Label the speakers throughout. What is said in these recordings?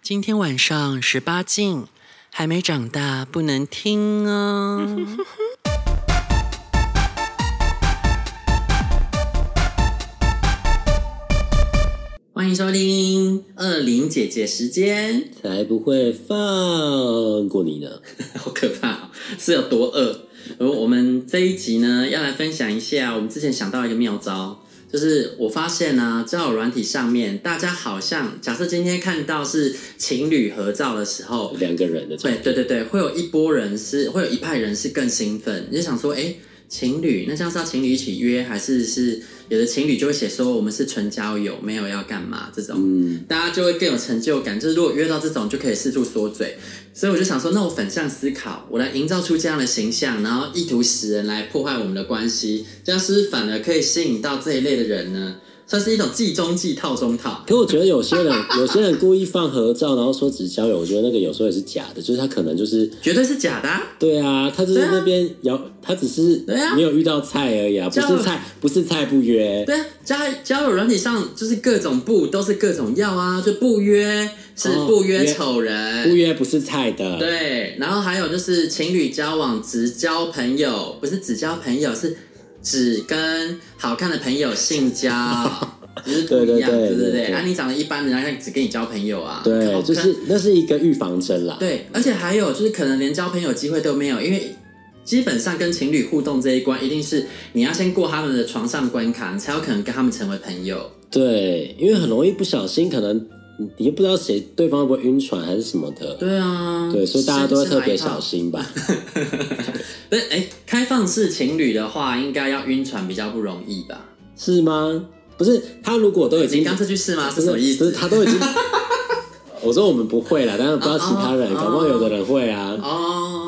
Speaker 1: 今天晚上十八禁，还没长大不能听哦。欢迎收听二零姐姐时间，
Speaker 2: 才不会放过你呢！
Speaker 1: 好可怕、哦，是有多饿？而我们这一集呢，要来分享一下我们之前想到一个妙招，就是我发现呢、交友软体上面大家好像，假设今天看到是情侣合照的时候，
Speaker 2: 两个人的照
Speaker 1: 对对对对，会有一波人是，会有一派人是更兴奋，你就想说，哎，情侣，那这样是要情侣一起约，还是是有的情侣就会写说我们是纯交友，没有要干嘛这种，
Speaker 2: 嗯，
Speaker 1: 大家就会更有成就感。就是如果约到这种，就可以四处说嘴。所以我就想说，那我反向思考，我来营造出这样的形象，然后意图使人来破坏我们的关系，这样是不是反而可以吸引到这一类的人呢？算是一种计中计，套中套。
Speaker 2: 可我觉得有些人， 有些人故意放合照，然后说只交友，我觉得那个有时候也是假的，就是他可能就是
Speaker 1: 绝对是假的、啊，
Speaker 2: 对啊，他就是
Speaker 1: 对啊
Speaker 2: 那边摇，他只是
Speaker 1: 对啊
Speaker 2: 没有遇到菜而已啊，不
Speaker 1: 交友
Speaker 2: 是菜，不是菜不约，
Speaker 1: 对啊，交交友软体上就是各种不都是各种要啊，就不约是
Speaker 2: 哦
Speaker 1: 不约
Speaker 2: 约
Speaker 1: 丑人，
Speaker 2: 不约不是菜的，
Speaker 1: 对，然后还有就是情侣交往只交朋友，不是只交朋友，是只跟好看的朋友性 交，就是不一样，
Speaker 2: 对对
Speaker 1: 对
Speaker 2: 对对对
Speaker 1: 啊，你长得一般，人家只跟你交朋友啊，好
Speaker 2: 对，
Speaker 1: 看
Speaker 2: 就是那是一个预防针啦。
Speaker 1: 对，而且还有就是可能连交朋友机会都没有，因为。基本上跟情侣互动这一关，一定是你要先过他们的床上关卡，你才有可能跟他们成为朋友。
Speaker 2: 对，因为很容易不小心，可能你你又不知道谁对方会不会晕船还是什么的，
Speaker 1: 对啊，
Speaker 2: 对，所以大家都会
Speaker 1: 先先
Speaker 2: 特
Speaker 1: 来
Speaker 2: 别
Speaker 1: 一套
Speaker 2: 小心吧。
Speaker 1: 不是，哎，开放式情侣的话，应该要晕船比较不容易吧？
Speaker 2: 是吗？不是，他如果都已
Speaker 1: 你
Speaker 2: 经
Speaker 1: 刚这句是吗？
Speaker 2: 不
Speaker 1: 是
Speaker 2: 是
Speaker 1: 什么意
Speaker 2: 不
Speaker 1: 思
Speaker 2: 是，？他都已经。 我说我们不会啦，当然不知道其他人，
Speaker 1: 哦哦
Speaker 2: 搞不好有的人会啊，
Speaker 1: 哦，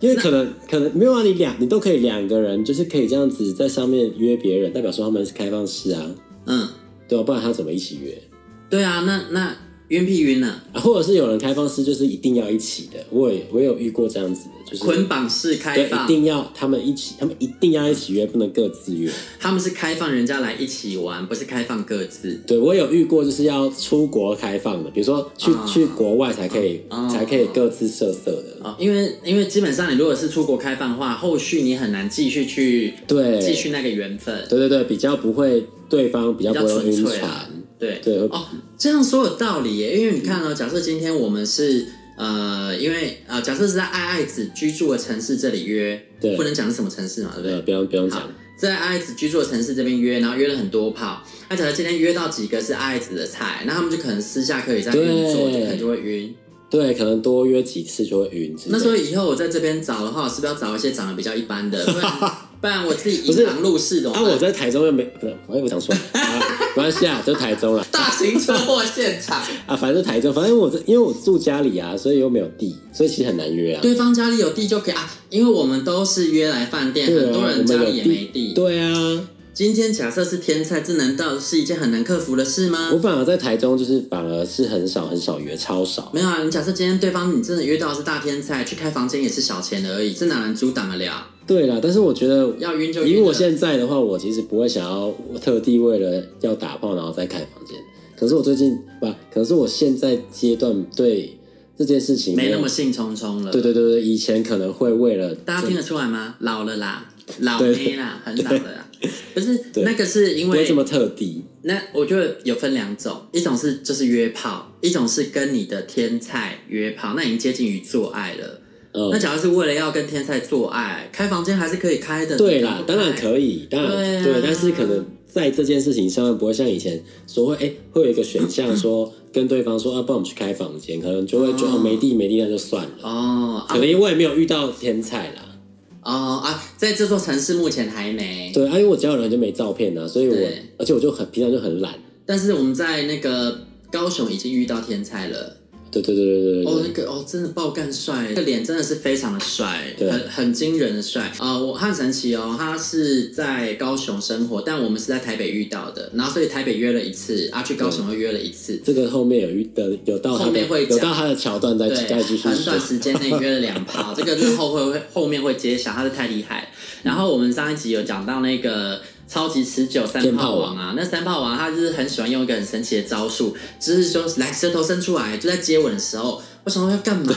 Speaker 2: 因为可能可能没有啊，你两你都可以两个人，就是可以这样子在上面约别人，代表说他们是开放式啊，
Speaker 1: 嗯，
Speaker 2: 对啊吧、不然他怎么一起约？
Speaker 1: 对啊，那那晕屁晕呢？
Speaker 2: 啊，或者是有人开放式就是一定要一起的，我也我也有遇过这样子的，就是
Speaker 1: 捆绑式
Speaker 2: 对，
Speaker 1: 开
Speaker 2: 一
Speaker 1: 放，
Speaker 2: 定要他们一起，他们一定要一起约，不能各自约。
Speaker 1: 他们是开放人家来一起玩，不是开放各自。
Speaker 2: 对我有遇过，就是要出国开放的，比如说去、
Speaker 1: 啊
Speaker 2: 去国外才可以、
Speaker 1: 啊
Speaker 2: 才可以各自色色的。
Speaker 1: 哦，因为因为基本上你如果是出国开放的话，后续你很难继续去
Speaker 2: 对，
Speaker 1: 继续那个缘分，
Speaker 2: 对对对，比较不会对方比较
Speaker 1: 比
Speaker 2: 不
Speaker 1: 较
Speaker 2: 会
Speaker 1: 纯
Speaker 2: 晕
Speaker 1: 粹
Speaker 2: 船。
Speaker 1: 啊。对
Speaker 2: 对会
Speaker 1: 哦，这样说有道理耶，因为你看哦，假设今天我们是呃，因为呃，假设是在爱爱子居住的城市这里约，
Speaker 2: 对
Speaker 1: 不能讲是什么城市嘛，对不对
Speaker 2: 对，？不用不用
Speaker 1: 好
Speaker 2: 讲，，
Speaker 1: 在爱子居住的城市这边约，然后约了很多炮。那假如今天约到几个是爱子的菜，那他们就可能私下可以再运作，
Speaker 2: 对
Speaker 1: 就可能就会晕。
Speaker 2: 对，可能多约几次就会晕之类
Speaker 1: 那
Speaker 2: 的。
Speaker 1: 所以以后我在这边找的话，我是不是要找一些长得比较一般的？不然 不然我自己
Speaker 2: 不是
Speaker 1: 引狼入室怎么
Speaker 2: 啊，我
Speaker 1: 办？
Speaker 2: 在台中又没，不是，我也不想 说，啊、没关系啊，就台中啦。
Speaker 1: 大型车祸现场，
Speaker 2: 啊，反正就台中，反正我这因为我住家里啊，所以又没有地，所以其实很难约 啊。
Speaker 1: 对方家里有地就可以啊，因为我们都是约来饭店，
Speaker 2: 对
Speaker 1: 很
Speaker 2: 啊
Speaker 1: 多人家里也
Speaker 2: 我们
Speaker 1: 没
Speaker 2: 有
Speaker 1: 地。
Speaker 2: 对啊，
Speaker 1: 今天假设是天菜，这难道是一件很难克服的事吗？
Speaker 2: 我反而在台中就是反而是很少很少约，超少。
Speaker 1: 没有啊，你假设今天对方你真的约到的是大天菜，去开房间也是小钱而已，这哪能阻挡得了？
Speaker 2: 对啦，但是我觉得
Speaker 1: 要晕就
Speaker 2: 以
Speaker 1: 晕了。
Speaker 2: 我现在的话，我其实不会想要特地为了要打炮然后再开房间。可是我最近不，可是我现在阶段对这件事情
Speaker 1: 没
Speaker 2: 有
Speaker 1: 那么兴冲冲了。
Speaker 2: 对，对对对，以前可能会为了
Speaker 1: 大家听得出来吗？老了啦，老妹啦，很老了啦。不是
Speaker 2: 对
Speaker 1: 那个是因
Speaker 2: 不会这么
Speaker 1: 为
Speaker 2: 特地
Speaker 1: 那我觉得有分两种，一种是就是约炮，一种是跟你的天菜约炮，那已经接近于做爱了。
Speaker 2: 嗯
Speaker 1: 那假如是为了要跟天菜做爱，开房间还是可以开的。
Speaker 2: 对啦，当然
Speaker 1: 以。
Speaker 2: 可以，当然
Speaker 1: 对啊
Speaker 2: 但是可能在这件事情上面不会像以前说会哎、会有一个选项说跟对方说啊，帮我们去开房间，可能就会觉得、
Speaker 1: 哦
Speaker 2: 哦没地没地那就算了，
Speaker 1: 哦啊
Speaker 2: 可能因为我也没有遇到天才啦。
Speaker 1: 哦啊，在这座城市目前还没。
Speaker 2: 对，啊、因为我交友软件没照片啊，所以我
Speaker 1: 对
Speaker 2: 而且我就很平常就很懒，
Speaker 1: 但是我们在那个高雄已经遇到天菜了，
Speaker 2: 对对对对对
Speaker 1: 哦，
Speaker 2: 对
Speaker 1: 那个哦，真的爆干帅，那个脸真的是非常的帅，
Speaker 2: 对
Speaker 1: 很很惊人的帅啊、呃我他很神奇哦，他是在高雄生活，但我们是在台北遇到的，然后所以台北约了一次，啊，去高雄又约了一次，
Speaker 2: 这个后面有遇的有到他
Speaker 1: 后
Speaker 2: 的
Speaker 1: 面会
Speaker 2: 有
Speaker 1: 讲
Speaker 2: 到他的桥段再
Speaker 1: 对，
Speaker 2: 再继续
Speaker 1: 很
Speaker 2: 说
Speaker 1: 短，时间内约了两炮，这个日后会会后面会揭晓，他是太厉害。然后我们上一集有讲到那个超级持久三
Speaker 2: 电
Speaker 1: 炮
Speaker 2: 炮
Speaker 1: 王
Speaker 2: 王
Speaker 1: 啊，那三炮王他就是很喜欢用一个很神奇的招数，就是说来舌头伸出来，就在接吻的时候，我想说要干嘛？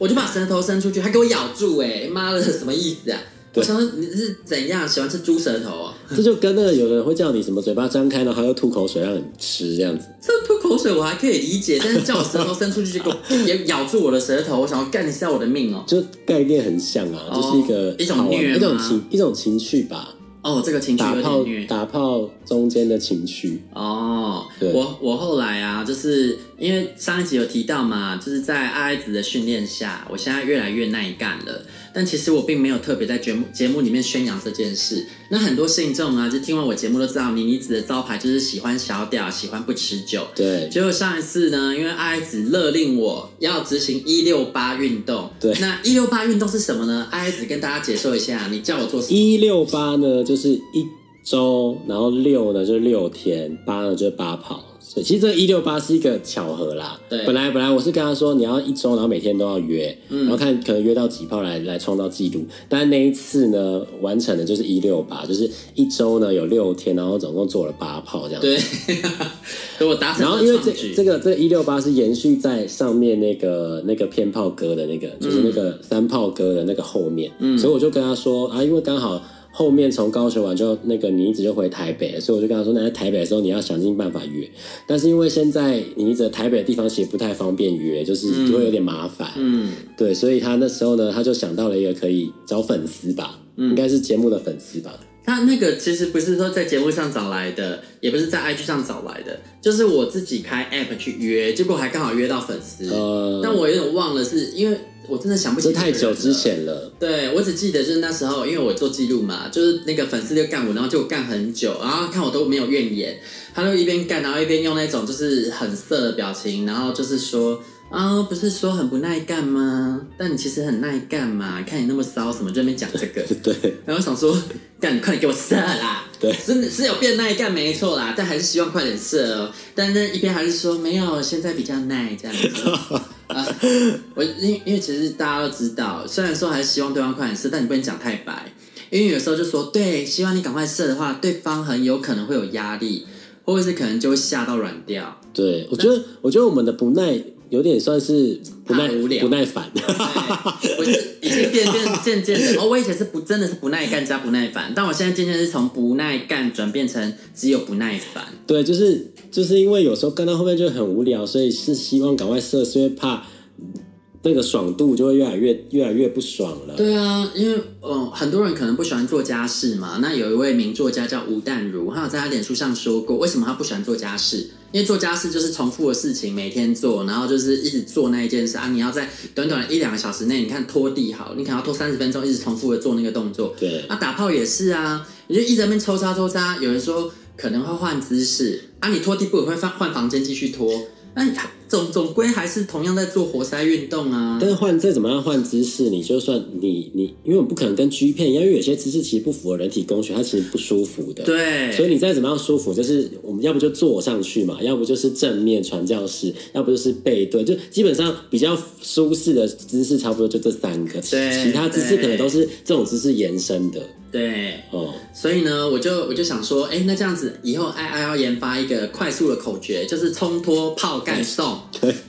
Speaker 1: 我就把舌头伸出去，他给我咬住、哎妈的，什么意思啊？我
Speaker 2: 对
Speaker 1: 想说你是怎样喜欢吃猪舌头啊？
Speaker 2: 这就跟那个有的人会叫你什么嘴巴张开，然后他又吐口水让你吃这样子，
Speaker 1: 这吐口水我还可以理解，但是叫我舌头伸出去，结果也咬住我 的舌头，我想要干你是要我的命哦！
Speaker 2: 就概念很像啊，
Speaker 1: 哦
Speaker 2: 就是一个
Speaker 1: 一种
Speaker 2: 好玩
Speaker 1: 虐吗
Speaker 2: 一种情一种情趣吧，
Speaker 1: 哦，这个情绪
Speaker 2: 打
Speaker 1: 有
Speaker 2: 炮
Speaker 1: 点虐。
Speaker 2: 打炮中间的情趣，
Speaker 1: 哦，
Speaker 2: 对
Speaker 1: 我我后来啊，就是因为上一集有提到嘛，就是在阿爱子的训练下，我现在越来越耐干了。但其实我并没有特别在节目节目里面宣扬这件事。那很多信众啊，就听完我节目都知道，妮妮子的招牌就是喜欢小屌，喜欢不持久。
Speaker 2: 对
Speaker 1: 结果上一次呢，因为爱子勒令我要执行一六八运动。
Speaker 2: 对
Speaker 1: 那一六八运动是什么呢？爱子跟大家解说一下，你叫我做什么？
Speaker 2: 一六八呢，就是一周，然后六呢就是六天，八呢就是八跑。所以其实这一六八是一个巧合啦。
Speaker 1: 对
Speaker 2: 本来本来我是跟他说你要一周，然后每天都要约，
Speaker 1: 嗯
Speaker 2: 然后看可能约到几炮来来创造纪录。但那一次呢，完成的就是一六八，就是一周呢有六天，然后总共做了八炮这样子。
Speaker 1: 对， 所以我达成
Speaker 2: 然后
Speaker 1: 了
Speaker 2: 因为
Speaker 1: 创
Speaker 2: 这
Speaker 1: 举
Speaker 2: 这个这一六八是延续在上面那个那个偏炮哥的那个，就是那个三炮哥的那个后面，所以我就跟他说啊，因为刚好后面从高雄完就那个你一直就回台北，所以我就跟他说，那在台北的时候你要想尽办法约，但是因为现在你一直在台北的地方其实不太方便约，就是就会有点麻烦，
Speaker 1: 嗯。
Speaker 2: 对，所以他那时候呢，他就想到了一个可以找粉丝吧，应该是节目的粉丝吧，
Speaker 1: 那那个其实不是说在节目上找来的，也不是在 IG 上找来的，就是我自己开 app 去约，结果还刚好约到粉丝。
Speaker 2: 呃，
Speaker 1: 但我有点忘了是，因为我真的想不起
Speaker 2: 这
Speaker 1: 这个
Speaker 2: 太
Speaker 1: 人
Speaker 2: 久之
Speaker 1: 了。
Speaker 2: 前了。
Speaker 1: 对，我只记得就是那时候，因为我做记录嘛，就是那个粉丝就干我，然后就干很久，然后看我都没有怨言，他就一边干，然后一边用那种就是很色的表情，然后就是说啊，不是说很不耐干吗？但你其实很耐干嘛，看你那么骚，什么就在那边讲这个。
Speaker 2: 对，
Speaker 1: 然后想说，干，你快点给我射啦！
Speaker 2: 对
Speaker 1: 是是有变耐干没错啦，但还是希望快点射哦。但那一边还是说没有，现在比较耐这样 子。啊，我因因为其实大家都知道，虽然说还是希望对方快点射，但你不能讲太白，因为有时候就说对，希望你赶快射的话，对方很有可能会有压力，或者是可能就会吓到软掉。
Speaker 2: 对，我觉得，我觉得我们的不耐有点算是不耐
Speaker 1: 怕无聊
Speaker 2: 不耐烦，
Speaker 1: 对，我是已经变变渐渐的，哦，我以前是不真的是不耐干加不耐烦，但我现在渐渐是从不耐干转变成只有不耐烦。
Speaker 2: 对，就是就是因为有时候干到后面就很无聊，所以是希望赶快射，是因为怕那个爽度就会越来越越来越不爽了。
Speaker 1: 对啊，因为嗯，很多人可能不喜欢做家事嘛。那有一位名作家叫吴淡如，他有在他脸书上说过，为什么他不喜欢做家事？因为做家事就是重复的事情，每天做，然后就是一直做那一件事啊。你要在短短的一两个小时内，你看拖地好，你可能要拖三十分钟，一直重复的做那个动作。
Speaker 2: 对
Speaker 1: 啊，打炮也是啊，你就一直在那边抽插抽插。有人说可能会换姿势啊，你拖地不也会换换房间继续拖？那你总总归还是同样在做活塞运动啊。
Speaker 2: 但是换再怎么样换姿势，你就算你你，因为我们不可能跟 G 片一样，因为有些姿势其实不符合人体工学，它其实不舒服的。。
Speaker 1: 对，
Speaker 2: 所以你再怎么样舒服，就是我们要不就坐上去嘛，要不就是正面传教士，要不就是背对，就基本上比较舒适的姿势，差不多就这三个。其
Speaker 1: 对
Speaker 2: 其他姿势
Speaker 1: 对
Speaker 2: 可能都是这种姿势延伸的
Speaker 1: 对。
Speaker 2: 哦。
Speaker 1: 所以呢，我就我就想说，哎，那这样子以后 I I 要研发一个快速的口诀，就是冲脱泡盖 送，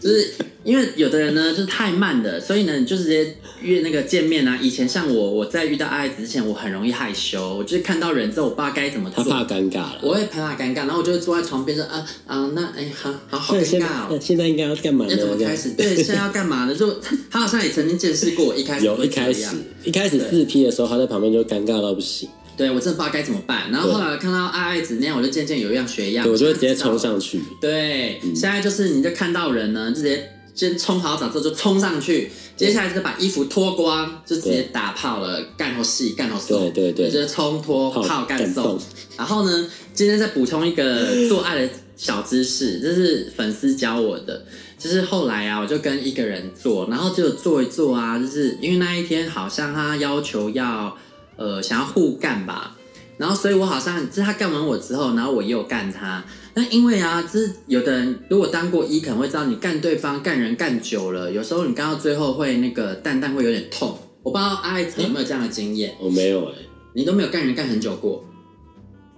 Speaker 1: 就是因为有的人呢就是太慢了，所以呢你就直接约那个见面啊。以前像我，我在遇到 I 之前，我很容易害羞，我就是看到人之后我不知道该怎么
Speaker 2: 他怕
Speaker 1: 做，
Speaker 2: 尴尬了。
Speaker 1: 我会怕尴尬，然后我就会坐在床边说，啊啊，那哎好好好
Speaker 2: 那
Speaker 1: 尴
Speaker 2: 现在
Speaker 1: 尬
Speaker 2: 那
Speaker 1: 哦。
Speaker 2: 现在应该要干嘛呢？
Speaker 1: 要怎么
Speaker 2: 这样
Speaker 1: 开始？对，现在要干嘛呢？就他好像也曾经见识过我一开始
Speaker 2: 有
Speaker 1: 会
Speaker 2: 一
Speaker 1: 这
Speaker 2: 开始
Speaker 1: 样
Speaker 2: 一开始四 P 的时候，他在旁边就尴尬到不行，
Speaker 1: 对我真的不知道该怎么办。然后后来看到爱爱子那样，我就渐渐有样学样，
Speaker 2: 对我就会直接
Speaker 1: 啊现在知道
Speaker 2: 冲上嗯去。
Speaker 1: 对，现在就是你就看到人呢，就直接先冲好澡之后就冲上去，接下来就是把衣服脱光，就直接打炮了，干头戏，干头送，
Speaker 2: 对对对
Speaker 1: 就是冲脱
Speaker 2: 泡
Speaker 1: 炮干
Speaker 2: 干
Speaker 1: 送
Speaker 2: 送。
Speaker 1: 然后呢，今天再补充一个做爱的小知识，这是粉丝教我的。就是后来啊，我就跟一个人做，然后就做一做啊，就是因为那一天好像他要求要呃想要互干吧，然后所以我好像就是他干完我之后，然后我也有干他。那因为啊，就是有的人如果当过一，可能会知道你干对方、干人干久了，有时候你干到最后会那个蛋蛋会有点痛。我不知道阿姨有没有这样的经验，
Speaker 2: 我没有哎、
Speaker 1: 你都没有干人干很久过。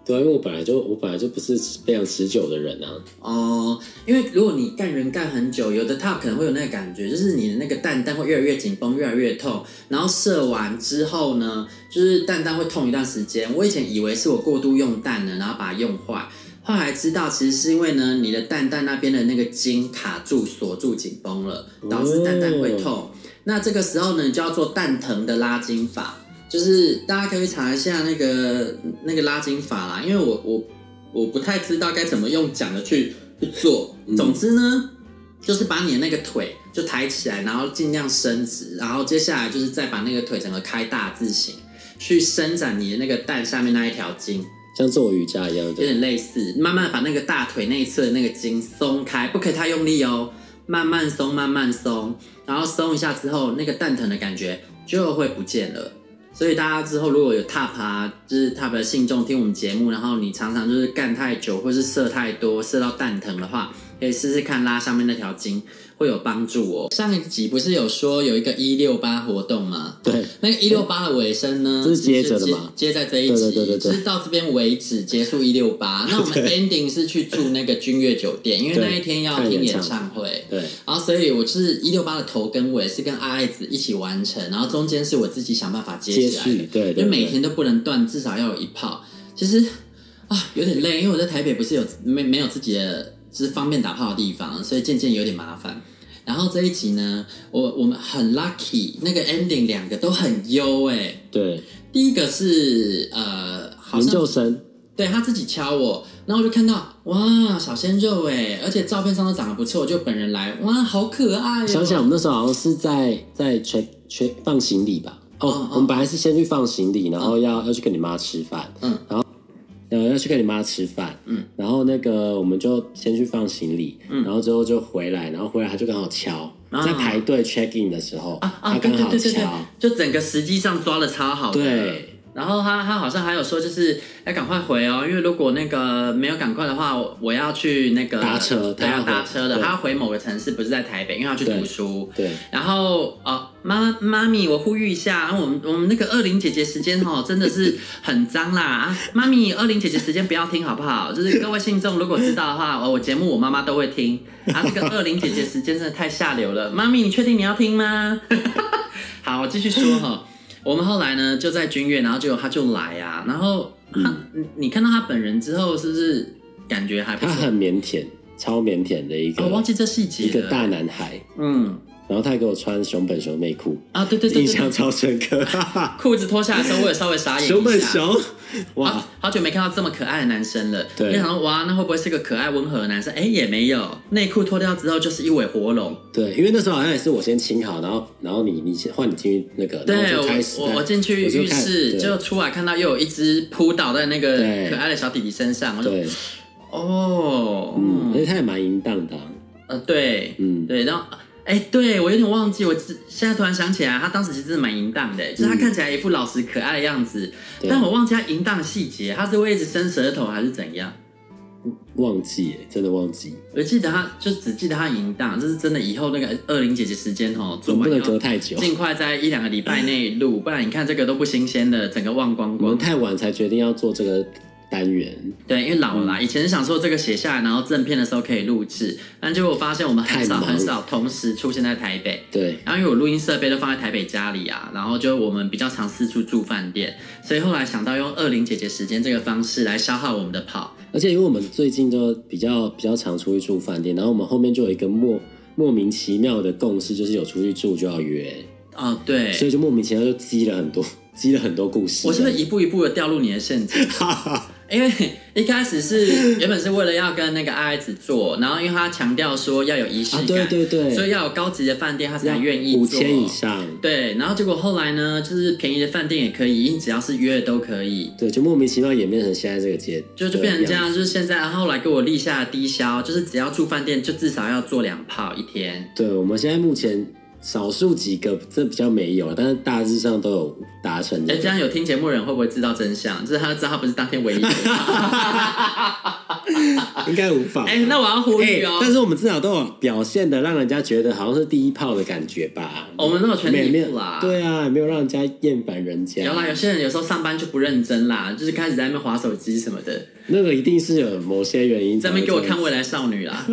Speaker 2: 对啊，因为我本来就我本来就不是非常持久的人啊。
Speaker 1: 哦，因为如果你干人干很久，有的 top 可能会有那个感觉，就是你的那个蛋蛋会越来越紧绷，越来越痛。然后射完之后呢，就是蛋蛋会痛一段时间。我以前以为是我过度用蛋了，然后把它用坏，后来知道其实是因为呢，你的蛋蛋那边的那个筋卡住、锁住、紧绷了，导致蛋蛋会痛。那这个时候呢，你就要做蛋疼的拉筋法，就是大家可以查一下那个那个拉筋法啦，因为我我我不太知道该怎么用讲的去去做。总之呢，就是把你的那个腿就抬起来，然后尽量伸直，然后接下来就是再把那个腿整个开大字形，去伸展你的那个蛋下面那一条筋，
Speaker 2: 像做瑜伽一样
Speaker 1: 有
Speaker 2: 的，
Speaker 1: 点类似，慢慢把那个大腿内侧的那个筋松开，不可以太用力哦，慢慢松，慢慢松，然后松一下之后，那个蛋疼的感觉就会不见了。所以大家之后如果有 TOP 啊，就是 TOP 的信众听我们节目，然后你常常就是干太久或是射太多，射到蛋疼的话，可以试试看拉上面那条筋，会有帮助哦。上一集不是有说有一个一六八活动吗？
Speaker 2: 对，
Speaker 1: 那个一六八的尾声呢，
Speaker 2: 这是接着的吗
Speaker 1: 接接在这一集，
Speaker 2: 对对对对对
Speaker 1: 就是到这边为止结束一六八。 那我们 ending 是去住那个君悦酒店，因为
Speaker 2: 对
Speaker 1: 那一天要
Speaker 2: 看
Speaker 1: 听
Speaker 2: 演
Speaker 1: 演
Speaker 2: 唱
Speaker 1: 唱会。
Speaker 2: 对，
Speaker 1: 然后，所以我就是一六八的头跟尾是跟阿爱子一起完成，然后中间是我自己想办法接起
Speaker 2: 接
Speaker 1: 来的
Speaker 2: 续，对对
Speaker 1: 因为
Speaker 2: 对，
Speaker 1: 每天都不能断，至少要有一炮。其实啊，有点累，因为我在台北不是有没没有自己的就是方便打炮的地方，所以渐渐有点麻烦。然后这一集呢，我我们很 lucky，那个 ending 两个都很优哎、
Speaker 2: 对，
Speaker 1: 第一个是呃，好
Speaker 2: 研
Speaker 1: 像
Speaker 2: 究生，
Speaker 1: 对他自己敲我，然后我就看到哇，小鲜肉哎，而且照片上都长得不错，就本人来哇，好可爱、哦。
Speaker 2: 想想我们那时候好像是在在全全放行李吧。哦，
Speaker 1: 嗯嗯
Speaker 2: 我们本来是先去放行李，然后要、要去跟你妈吃饭，
Speaker 1: 嗯，
Speaker 2: 然后呃要去跟你妈吃饭，
Speaker 1: 嗯，
Speaker 2: 然后那个我们就先去放行李，嗯，然后之后就回来，然后回来他就刚好敲，
Speaker 1: 啊
Speaker 2: 在排队 check in 的时候，
Speaker 1: 啊啊，
Speaker 2: 他
Speaker 1: 对
Speaker 2: 刚
Speaker 1: 对
Speaker 2: 好
Speaker 1: 对对对
Speaker 2: 敲，，
Speaker 1: 就整个实际上抓的超好的。
Speaker 2: 对。
Speaker 1: 然后他他好像还有说，就是要赶快回哦，因为如果那个没有赶快的话，我我要去那个
Speaker 2: 搭车
Speaker 1: 对，
Speaker 2: 他要
Speaker 1: 要
Speaker 2: 回
Speaker 1: 搭车的，
Speaker 2: 对
Speaker 1: 他要回某个城市，不是在台北，因为要去
Speaker 2: 对
Speaker 1: 读书。
Speaker 2: 对，
Speaker 1: 然后哦，妈妈咪，我呼吁一下，啊我们我们那个二零姐姐时间 哦，真的是很脏啦啊！妈咪，二零姐姐时间不要听好不好？就是各位信众如果知道的话，哦、我节目我妈妈都会听啊。这个二零姐姐时间真的太下流了，妈咪，你确定你要听吗？ 好，我继续说哈、我们后来呢就在君悦，然后就他就来啊，然后
Speaker 2: 嗯
Speaker 1: 他、你你看到他本人之后，是不是感觉还不
Speaker 2: 他
Speaker 1: 错？
Speaker 2: 很腼腆，超腼腆的一个，
Speaker 1: 哦我忘记这细节
Speaker 2: 一个
Speaker 1: 了。
Speaker 2: 大男孩，
Speaker 1: 嗯
Speaker 2: 然后他还给我穿熊本熊内裤，
Speaker 1: 啊，对对对对
Speaker 2: 印
Speaker 1: 对
Speaker 2: 象超深 刻，哈哈
Speaker 1: 裤子脱下来的时候，我也稍微傻眼一下。
Speaker 2: 熊本熊，
Speaker 1: 好
Speaker 2: 哇，
Speaker 1: 好久没看到这么可爱的男生了。
Speaker 2: 对
Speaker 1: 我想说哇，那会不会是个可爱温和的男生？哎，也没有，内裤脱掉之后就是一尾活龙。
Speaker 2: 对，因为那时候好像也是我先清好，然后然后你你先换你进去那个，然
Speaker 1: 对
Speaker 2: 后
Speaker 1: 我
Speaker 2: 就开始在
Speaker 1: 我我进去
Speaker 2: 我就
Speaker 1: 浴
Speaker 2: 看
Speaker 1: 室
Speaker 2: 对
Speaker 1: 就出来看到又有一只扑倒在那个
Speaker 2: 对
Speaker 1: 可爱的小弟弟身上，我就
Speaker 2: 对，
Speaker 1: 哦，
Speaker 2: 嗯，
Speaker 1: 嗯
Speaker 2: 而且他也蛮淫荡的啊，
Speaker 1: 呃对
Speaker 2: 嗯，
Speaker 1: 对，然后。哎，对我有点忘记，我只现在突然想起来，他当时其实蛮淫荡的，就是他看起来一副老实可爱的样子，
Speaker 2: 嗯对
Speaker 1: 但我忘记他淫荡的细节，他是会一直伸舌头还是怎样？
Speaker 2: 忘记耶真的忘记，
Speaker 1: 我记得他就只记得他淫荡，就是真的。以后那个二零姐姐时间哦，做
Speaker 2: 总不
Speaker 1: 完
Speaker 2: 能
Speaker 1: 要
Speaker 2: 隔太久，
Speaker 1: 尽快在一两个礼拜内录，不然你看这个都不新鲜的，整个忘光
Speaker 2: 我们
Speaker 1: 光。
Speaker 2: 太晚才决定要做这个单元，
Speaker 1: 对，因为老了啦，以
Speaker 2: 嗯
Speaker 1: 前是想说这个写下来，然后正片的时候可以录制，但结果我发现我们很少
Speaker 2: 太忙了
Speaker 1: 很少同时出现在台北。
Speaker 2: 对，
Speaker 1: 然后因为我录音设备都放在台北家里啊，然后就我们比较常四处住饭店，所以后来想到用二零姐姐时间这个方式来消耗我们的跑。
Speaker 2: 而且因为我们最近就比较比较常出去住饭店，然后我们后面就有一个莫莫名其妙的共识，就是有出去住就要约，
Speaker 1: 哦，对，
Speaker 2: 所以就莫名其妙就积了很多积了很多故事。
Speaker 1: 我是不是一步一步的掉入你的陷阱？因为一开始是原本是为了要跟那个爱爱子做，然后因为他强调说要有仪式感，
Speaker 2: 啊 对对对
Speaker 1: 所以要有高级的饭店他才愿意做
Speaker 2: 五千以上，
Speaker 1: 对，然后结果后来呢，就是便宜的饭店也可以，你只要是约的都可以，
Speaker 2: 对，就莫名其妙演变成现在这个阶，
Speaker 1: 就就变成这样，就是现在后来给我立下低消，就是只要住饭店就至少要做两泡一天。
Speaker 2: 对，我们现在目前少数几个这比较没有，但是大致上都有达成
Speaker 1: 哎、
Speaker 2: 的。
Speaker 1: 这样有听节目的人会不会知道真相？就是他知道他不是当天唯一 的。
Speaker 2: 应该无法。
Speaker 1: 哎、那我要呼吁哦、
Speaker 2: 但是我们至少都有表现的，让人家觉得好像是第一炮的感觉吧。
Speaker 1: 哦我们都有全力
Speaker 2: 没
Speaker 1: 以
Speaker 2: 没
Speaker 1: 赴啦。
Speaker 2: 对啊，没有让人家厌烦人家。
Speaker 1: 啊有啦，有些人有时候上班就不认真啦，就是开始在那边划手机什么的，
Speaker 2: 那个一定是有某些原因。
Speaker 1: 在那边给我看未来少女 啦，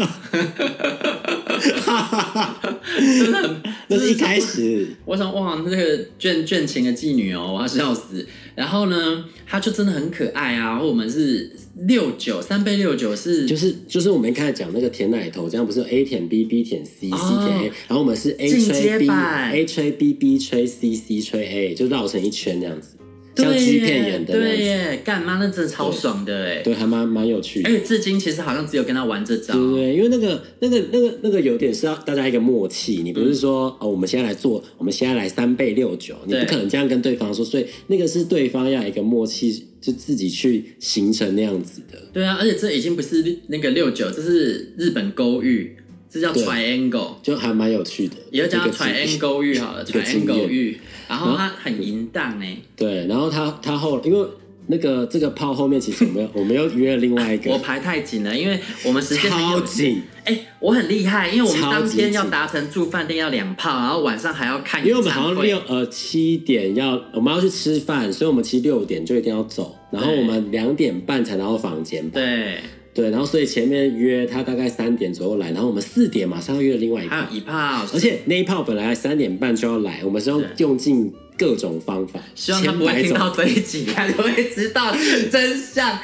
Speaker 1: 真的很，
Speaker 2: 那是一开始，
Speaker 1: 我想哇，那个倦倦情的妓女哦，我要笑死。然后呢，她就真的很可爱啊。然后我们是六九三杯六九是
Speaker 2: 就是就是我们一开始讲那个甜奶头，这样不是有 A 舔 B B 舔 C C
Speaker 1: 哦
Speaker 2: 舔 A，然后我们是 A
Speaker 1: 进阶
Speaker 2: 吹 B
Speaker 1: 版
Speaker 2: A 吹 B B 吹 C C 吹 A，就绕成一圈那样子，像
Speaker 1: 对耶
Speaker 2: G 片演的那
Speaker 1: 对
Speaker 2: 样子，
Speaker 1: 耶，干妈那真的超爽的哎。
Speaker 2: 对，还蛮蛮有趣的
Speaker 1: 而。且至今其实好像只有跟她玩这招
Speaker 2: 对，对对，因为那个、那个、那个、那个有点是要大家一个默契，你不是说、哦，我们现在来做，我们现在来三倍六九，你
Speaker 1: 嗯对
Speaker 2: 不可能这样跟对方说，所以那个是对方要有一个默契，就自己去形成那样子的。
Speaker 1: 对啊，而且这已经不是那个六九，这是日本勾玉，这叫
Speaker 2: 对
Speaker 1: triangle。
Speaker 2: 就还蛮有趣的，
Speaker 1: 以后叫
Speaker 2: 这
Speaker 1: 它
Speaker 2: 个经
Speaker 1: triangle 玉好了
Speaker 2: 这个经
Speaker 1: ，triangle
Speaker 2: 验
Speaker 1: 玉，然后它很淫荡哎、
Speaker 2: 对，然后他他后因为那个这个炮后面其实我 们有我们又约了另外一
Speaker 1: 我
Speaker 2: 个
Speaker 1: 排太紧了，因为我们时间很
Speaker 2: 嗯超
Speaker 1: 有
Speaker 2: 紧，
Speaker 1: 哎、我很厉害，因为我们
Speaker 2: 超级
Speaker 1: 当天要
Speaker 2: 紧
Speaker 1: 达成住饭店要两炮，然后晚上还要看
Speaker 2: 因为
Speaker 1: 演
Speaker 2: 我
Speaker 1: 唱
Speaker 2: 们
Speaker 1: 会。
Speaker 2: 好像六呃七点要我们要去吃饭，所以我们其实六点就一定要走，然后
Speaker 1: 对
Speaker 2: 我们两点半才拿到房间吧。
Speaker 1: 对，
Speaker 2: 对，然后所以前面约他大概三点左右来，然后我们四点马上约了另外一
Speaker 1: 还
Speaker 2: 炮
Speaker 1: 有，一炮，
Speaker 2: 而且那一炮本来三点半就要来，我们是用
Speaker 1: 对
Speaker 2: 用尽各种方法，
Speaker 1: 希望他不会
Speaker 2: 千
Speaker 1: 听
Speaker 2: 百
Speaker 1: 到
Speaker 2: 种
Speaker 1: 这一集，他就会知道真 相。啊、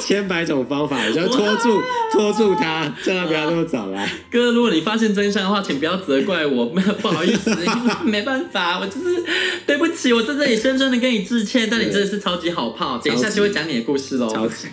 Speaker 2: 千百种方法，就要拖住拖住他，叫他不要那么早来。
Speaker 1: 哥，如果你发现真相的话，请不要责怪我， 没有不好意思，因为没办法，我就是对不起，我在这里深深的跟你致歉，但你真的是超级好炮，等一下
Speaker 2: 超级
Speaker 1: 就会讲你的故事喽。
Speaker 2: 超级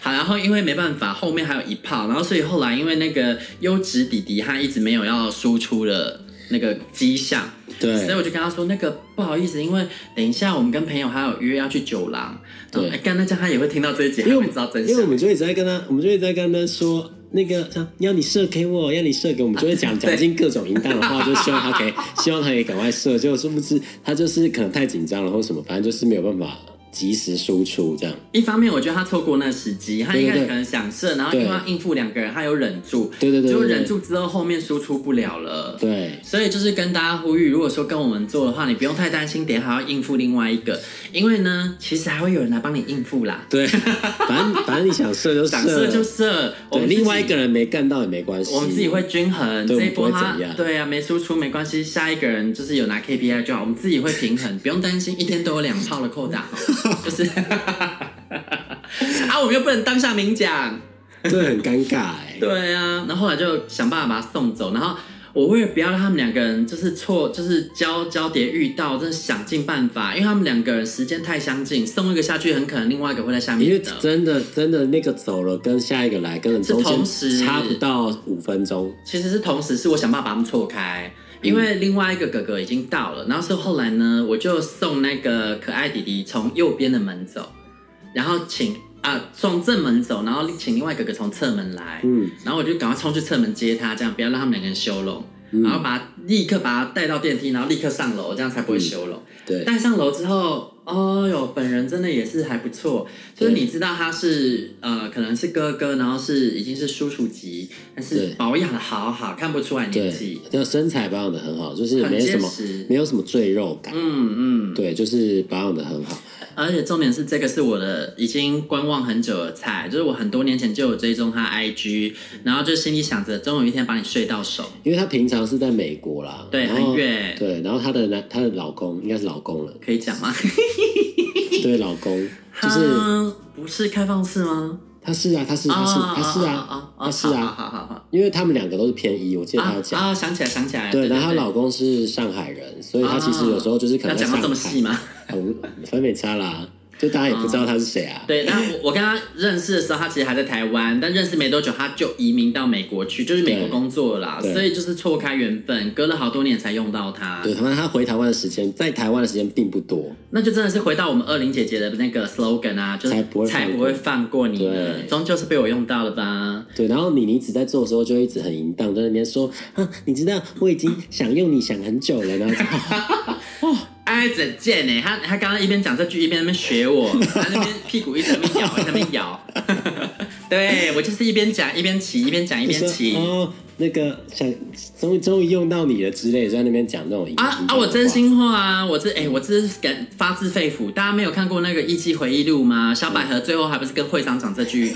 Speaker 1: 好，然后因为没办法，后面还有一炮，然后所以后来因为那个优质弟弟他一直没有要输出的那个迹象，
Speaker 2: 对
Speaker 1: 所以我就跟他说那个不好意思，因为等一下我们跟朋友还有约要去酒廊，然后
Speaker 2: 对
Speaker 1: 哎干那这样他也会听到这一集，
Speaker 2: 因
Speaker 1: 他
Speaker 2: 为我
Speaker 1: 会
Speaker 2: 们
Speaker 1: 知道真
Speaker 2: 因为我
Speaker 1: 相。
Speaker 2: 们就一直在跟他，我们就一直在跟他说那个像要你射给我，要你射给我，我们就会 讲
Speaker 1: 对
Speaker 2: 讲尽各种淫荡的话，就 希望他可以，希望他可以赶快射。结果殊不知他就是可能太紧张了或什么，反正就是没有办法及时输出这样。
Speaker 1: 一方面我觉得他错过那时机，他
Speaker 2: 对
Speaker 1: 一
Speaker 2: 对
Speaker 1: 开始
Speaker 2: 对
Speaker 1: 可能想射，然后因为要应付两个人，他有忍住，
Speaker 2: 对对对对
Speaker 1: 结果
Speaker 2: 对
Speaker 1: 忍住之后后面输出不了了。
Speaker 2: 对
Speaker 1: 所以就是跟大家呼吁，如果说跟我们做的话，你不用太担心，等一下还要应付另外一个，因为呢，其实还会有人来帮你应付啦。
Speaker 2: 对， 反正反正你想射就
Speaker 1: 想射
Speaker 2: 射，
Speaker 1: 就射，我
Speaker 2: 对，
Speaker 1: 们自己
Speaker 2: 另外一个人没干到也没关系，
Speaker 1: 我们自己会均衡，
Speaker 2: 对
Speaker 1: 这一波
Speaker 2: 我们不会
Speaker 1: 他
Speaker 2: 怎样
Speaker 1: 对啊，没输出没关系，下一个人就是有拿 KPI 就好，我们自己会平衡，不用担心一天都有两炮的扣打，就是 啊，我们又不能当下明讲，
Speaker 2: 对很尴尬哎、
Speaker 1: 对啊，然后后来就想办法把他送走，然后。我为了不要让他们两个人就是错，就是交交叠遇到，真的想尽办法，因为他们两个人时间太相近，送一个下去很可能另外一个会在下
Speaker 2: 因为
Speaker 1: 面的。
Speaker 2: 真的真的那个走了跟下一个来跟人中
Speaker 1: 是同
Speaker 2: 间
Speaker 1: 时
Speaker 2: 差不到五分钟，
Speaker 1: 其实是同时是我想办法把他们错开，因为另外一个哥哥已经到了，然后是后来呢，我就送那个可爱弟弟从右边的门走，然后请啊从正门走，然后请另外一个哥哥从侧门来，
Speaker 2: 嗯，
Speaker 1: 然后我就赶快冲去侧门接他，这样不要让他们两个人修拢，
Speaker 2: 嗯
Speaker 1: 然后把他立刻把他带到电梯，然后立刻上楼，这样才不会修拢。
Speaker 2: 嗯对
Speaker 1: 带上楼之后，哦哟，本人真的也是还不错，就是
Speaker 2: 对
Speaker 1: 你知道他是呃，可能是哥哥，然后是已经是叔叔级，但是
Speaker 2: 对
Speaker 1: 保养的好好，看不出来年
Speaker 2: 对
Speaker 1: 纪，，
Speaker 2: 就身材保养的很好，就是
Speaker 1: 很
Speaker 2: 没什
Speaker 1: 结
Speaker 2: 么
Speaker 1: 实
Speaker 2: 没有什么赘肉感，
Speaker 1: 嗯嗯，
Speaker 2: 对，就是保养的很好，
Speaker 1: 而且重点是这个是我的已经观望很久的菜，就是我很多年前就有追踪他 IG，然后就心里想着总有一天把你睡到手，
Speaker 2: 因为她平常是在美国啦，
Speaker 1: 对
Speaker 2: 然后
Speaker 1: 很远
Speaker 2: 对，然后她的男她的老公应该是老 公了，
Speaker 1: 可以讲吗？
Speaker 2: 对，老公就是
Speaker 1: 他 不是开放式吗？
Speaker 2: 他是啊，他是他
Speaker 1: 哦
Speaker 2: 是他是啊，他是
Speaker 1: 好
Speaker 2: 啊，
Speaker 1: 好好好。
Speaker 2: 因为他们两个都是偏一，我记得他
Speaker 1: 啊
Speaker 2: 有讲，
Speaker 1: 啊！想起来，想起来。
Speaker 2: 对，
Speaker 1: 对，
Speaker 2: 然后她
Speaker 1: 对
Speaker 2: 老公是上海人，所以她其实有时候就是可
Speaker 1: 要
Speaker 2: 能在
Speaker 1: 讲到
Speaker 2: 上 海，
Speaker 1: 这么细吗？
Speaker 2: 很分没差啦。就大家也不知道他是谁啊。
Speaker 1: 哦对，那我我跟他认识的时候，他其实还在台湾，但认识没多久，他就移民到美国去，就是美国
Speaker 2: 对
Speaker 1: 工作啦，
Speaker 2: 对
Speaker 1: 所以就是错开缘分，隔了好多年才用到他。
Speaker 2: 对，台湾他回台湾的时间，在台湾的时间并不多。
Speaker 1: 那就真的是回到我们二零姐姐的那个 slogan 啊，就是
Speaker 2: 才不会放过
Speaker 1: 才不会放过你了，
Speaker 2: 对
Speaker 1: 终究是被我用到了吧？
Speaker 2: 对，然后妮妮子在做的时候就一直很淫荡，在那边说啊，你知道我已经想用你想很久了，然后就
Speaker 1: 哎，怎贱呢？他他刚刚一边讲这句，一边在那边学 我，他那边屁股一直在那边摇，一直在那边摇。 对我就是一边讲一边骑，一边讲一 边
Speaker 2: 就
Speaker 1: 骑。
Speaker 2: 说哦，那个想终于终于用到你了之类的，在那边讲那种淫
Speaker 1: 啊
Speaker 2: 淫荡
Speaker 1: 啊！
Speaker 2: 的
Speaker 1: 我真
Speaker 2: 话
Speaker 1: 心话啊，我这哎、我这是感发自肺腑。大家没有看过那个《艺伎回忆录》吗？小百合最后还不是跟会长讲这 句？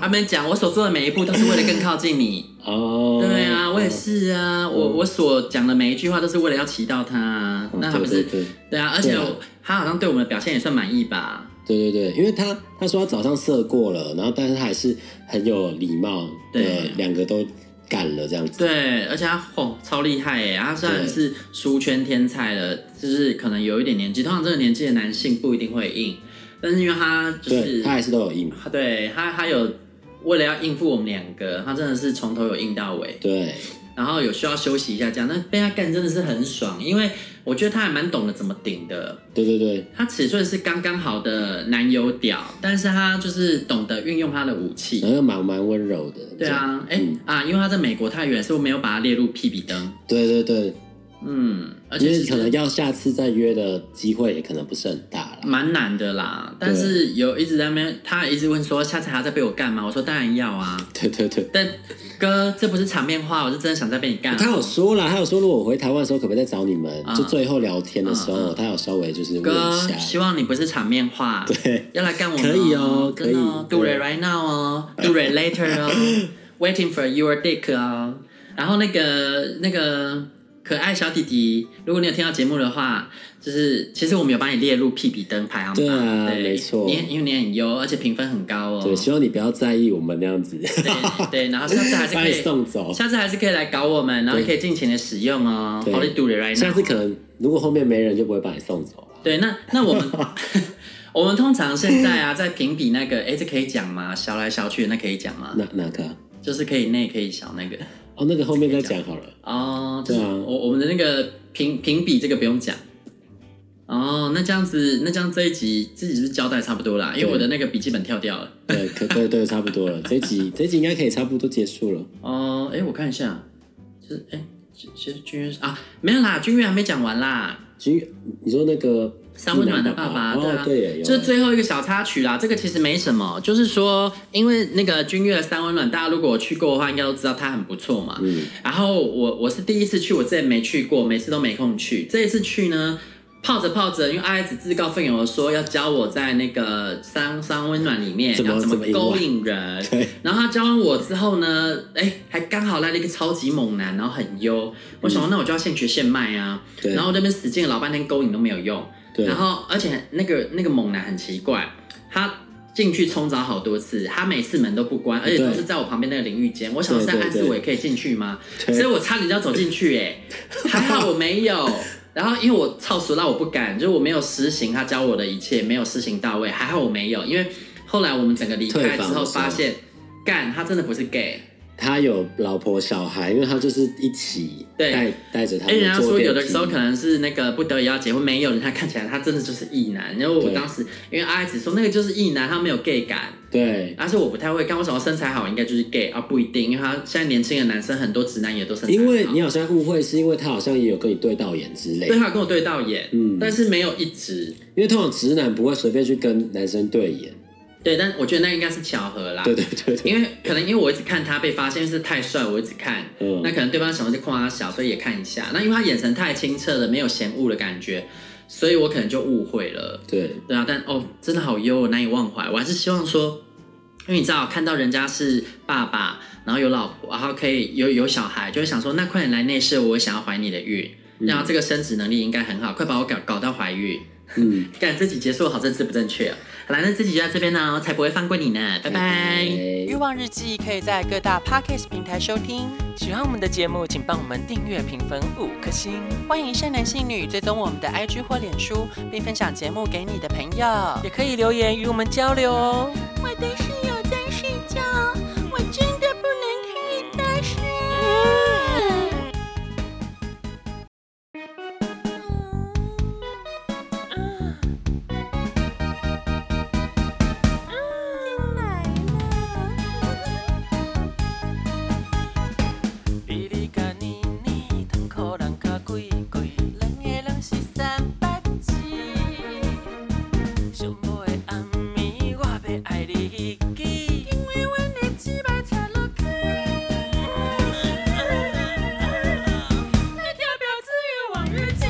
Speaker 1: 他们讲我所做的每一步都是为了更靠近你。
Speaker 2: 哦，
Speaker 1: 对啊，我也是啊，我我所讲的每一句话都是为了要骑到他啊。
Speaker 2: 嗯，
Speaker 1: 那还不
Speaker 2: 对
Speaker 1: 是
Speaker 2: 对对
Speaker 1: 对啊？而且
Speaker 2: 对啊
Speaker 1: 我他好像对我们的表现也算满意吧？
Speaker 2: 对对对，因为他他说他早上射过了，然后但是他还是很有礼貌
Speaker 1: 对
Speaker 2: 的，两个都干了这样子。
Speaker 1: 对，而且他哦超厉害耶！他虽然
Speaker 2: 对
Speaker 1: 是书圈天才了，就是可能有一点年纪，通常这个年纪的男性不一定会硬，但是因为他就是
Speaker 2: 对，他还是都有硬。
Speaker 1: 对他，他有为了要应付我们两个，他真的是从头有应到尾，
Speaker 2: 对，
Speaker 1: 然后有需要休息一下这样，但被他干真的是很爽，因为我觉得他还蛮懂得怎么顶的。
Speaker 2: 对对对，
Speaker 1: 他尺寸是刚刚好的男友屌，但是他就是懂得运用他的武器
Speaker 2: 然。后又蛮蛮温柔的。
Speaker 1: 对啊，哎、
Speaker 2: 嗯
Speaker 1: 啊，因为他在美国太远，所以我没有把他列入屁比登。
Speaker 2: 这样，对对对，
Speaker 1: 嗯，而
Speaker 2: 因
Speaker 1: 且
Speaker 2: 为
Speaker 1: 其实
Speaker 2: 可能要下次再约的机会也可能不是很大啦。
Speaker 1: 蛮难的啦，但
Speaker 2: 对
Speaker 1: 是有一直在那边，他一直问说下次还要再被我干吗？我说当然要啊，
Speaker 2: 对对对，
Speaker 1: 但哥这不是场面话，我是真的想再被你干、啊。
Speaker 2: 哦他有说啦，他有说如果我回台湾的时候，可不可以再找你们？
Speaker 1: 啊
Speaker 2: 就最后聊天的时候，
Speaker 1: 啊
Speaker 2: 他有稍微就是问
Speaker 1: 哥
Speaker 2: 一，
Speaker 1: 希
Speaker 2: 下，
Speaker 1: 望你不是场面话，
Speaker 2: 对，
Speaker 1: 要来干我们、
Speaker 2: 可以哦
Speaker 1: 真的哦
Speaker 2: 可以
Speaker 1: ，do
Speaker 2: 对
Speaker 1: it right now 哦，do it later 哦，waiting for your dick 哦。然后那个那个可爱小弟弟，如果你有听到节目的话，就是其实我们有把你列入屁比登排行榜，
Speaker 2: 对啊
Speaker 1: 对
Speaker 2: 没错
Speaker 1: 你因为你很优，而且评分很高哦，
Speaker 2: 对，希望你不要在意我们那样子，
Speaker 1: 对对，然后下次还是
Speaker 2: 把
Speaker 1: 可
Speaker 2: 你
Speaker 1: 以。
Speaker 2: 送走。
Speaker 1: 下次还是可以来搞我们，然后
Speaker 2: 对
Speaker 1: 可以尽情的使用哦。
Speaker 2: 对
Speaker 1: Holy do it right now。
Speaker 2: 下次可能如果后面没人，就不会把你送走了。
Speaker 1: 对，那那 我们我们通常现在啊，在评比那个，哎，这可以讲吗？小来小去，那可以讲吗？
Speaker 2: 哪哪个啊？
Speaker 1: 就是可以内可以小那个
Speaker 2: 哦，那个后面再讲好了。
Speaker 1: 哦，就是
Speaker 2: 对啊
Speaker 1: 我我们的那个评评比这个不用讲。哦，那这样子，那这样这一集自己是不是交代差不多啦，因为
Speaker 2: 对
Speaker 1: 我的那个笔记本跳掉了。
Speaker 2: 对，可对对，差不多了。这一集这一集应该可以差不多结束了。
Speaker 1: 哦，哎，我看一下，就是哎，其实君越啊，没有啦，君越还没讲完啦。
Speaker 2: 其实你说那个
Speaker 1: 三温暖的爸
Speaker 2: 爸
Speaker 1: 爸，对
Speaker 2: 哦
Speaker 1: 啊，，
Speaker 2: 对耶，有
Speaker 1: 这是最后一个小插曲啦。这个其实没什么，就是说，因为那个君悦的三温暖，大家如果有去过的话，应该都知道它很不错嘛。
Speaker 2: 嗯，
Speaker 1: 然后我我是第一次去，我之前没去过，每次都没空去。这一次去呢，泡着泡着，因为阿姨子自告奋勇的说要教我在那个三三温暖里面
Speaker 2: 怎么
Speaker 1: 要怎么
Speaker 2: 怎么赢啊
Speaker 1: 勾引人。
Speaker 2: 对，
Speaker 1: 然后他教完我之后呢，哎，还刚好来了一个超级猛男，然后很优。我想说，那我就要现学现卖啊。
Speaker 2: 嗯对
Speaker 1: 然后我这边使劲了老半天勾引都没有用。
Speaker 2: 对
Speaker 1: 然后而且那个那个猛男很奇怪，他进去冲澡好多次，他每次门都不关，而且都是在我旁边那个淋浴间。我想说
Speaker 2: 对
Speaker 1: 在暗示
Speaker 2: 对
Speaker 1: 我也可以进去吗？
Speaker 2: 对
Speaker 1: 所以我差点就要走进去、 哎，还好我没有。然后因为我操熟了，我不敢，就是我没有实行他教我的一切，没有实行到位，还好我没有，因为后来我们整个离开
Speaker 2: 退
Speaker 1: 之后
Speaker 2: 房的时候
Speaker 1: 发现，干他真的不是 gay。
Speaker 2: 他有老婆小孩，因为他就是一起
Speaker 1: 对
Speaker 2: 带带着他
Speaker 1: 哎，人
Speaker 2: 们
Speaker 1: 家
Speaker 2: 坐
Speaker 1: 说
Speaker 2: 电
Speaker 1: 有的
Speaker 2: 梯
Speaker 1: 时候可能是那个不得已要结婚，没有人他看起来他真的就是异男。然后我
Speaker 2: 对
Speaker 1: 当时因为阿紫说那个就是异男，他没有 gay 感，
Speaker 2: 对，
Speaker 1: 而且我不太会干。我想要身材好应该就是 gay 啊，不一定，因为他现在年轻的男生很多直男也都身材好。
Speaker 2: 因为你好像误会，是因为他好像也有跟你对到眼之类的
Speaker 1: 对，他有跟我对到眼，
Speaker 2: 嗯
Speaker 1: 但是没有一直。
Speaker 2: 因为通常直男不会随便去跟男生对眼，
Speaker 1: 对，但我觉得那应该是巧合啦。
Speaker 2: 对对对对，
Speaker 1: 因为可能因为我一直看他被发现是太帅，我一直看，
Speaker 2: 嗯
Speaker 1: 那可能对方想要是夸他小，所以也看一下。那因为他眼神太清澈了，没有嫌恶的感觉，所以我可能就误会了。
Speaker 2: 对
Speaker 1: 对啊，但哦，真的好优，难以忘怀。我还是希望说，因为你知道，看到人家是爸爸，然后有老婆，然后可以有有小孩，就会想说，那快点来内射，我想要怀你的孕。然后这个生殖能力应该很好，快把我搞搞到怀孕。
Speaker 2: 嗯，
Speaker 1: 干，这集结束好政治不正确啊！好啦，那这集就到这边喽，才不会放过你呢，拜拜。
Speaker 3: 欲望日记可以在各大 podcast 平台收听。喜欢我们的节目，请帮我们订阅、评分五颗星。欢迎善男信女追踪我们的 IG 或脸书，并分享节目给你的朋友，也可以留言与我们交流哦。
Speaker 4: 我的室友在睡觉，我真的不能开大声。进来了。
Speaker 3: 比你甲年年，糖可人较贵贵，两个人是三八子。寂寞的暗暝，我要爱你记。因为阮的翅膀插落去。来跳表自愿往日记。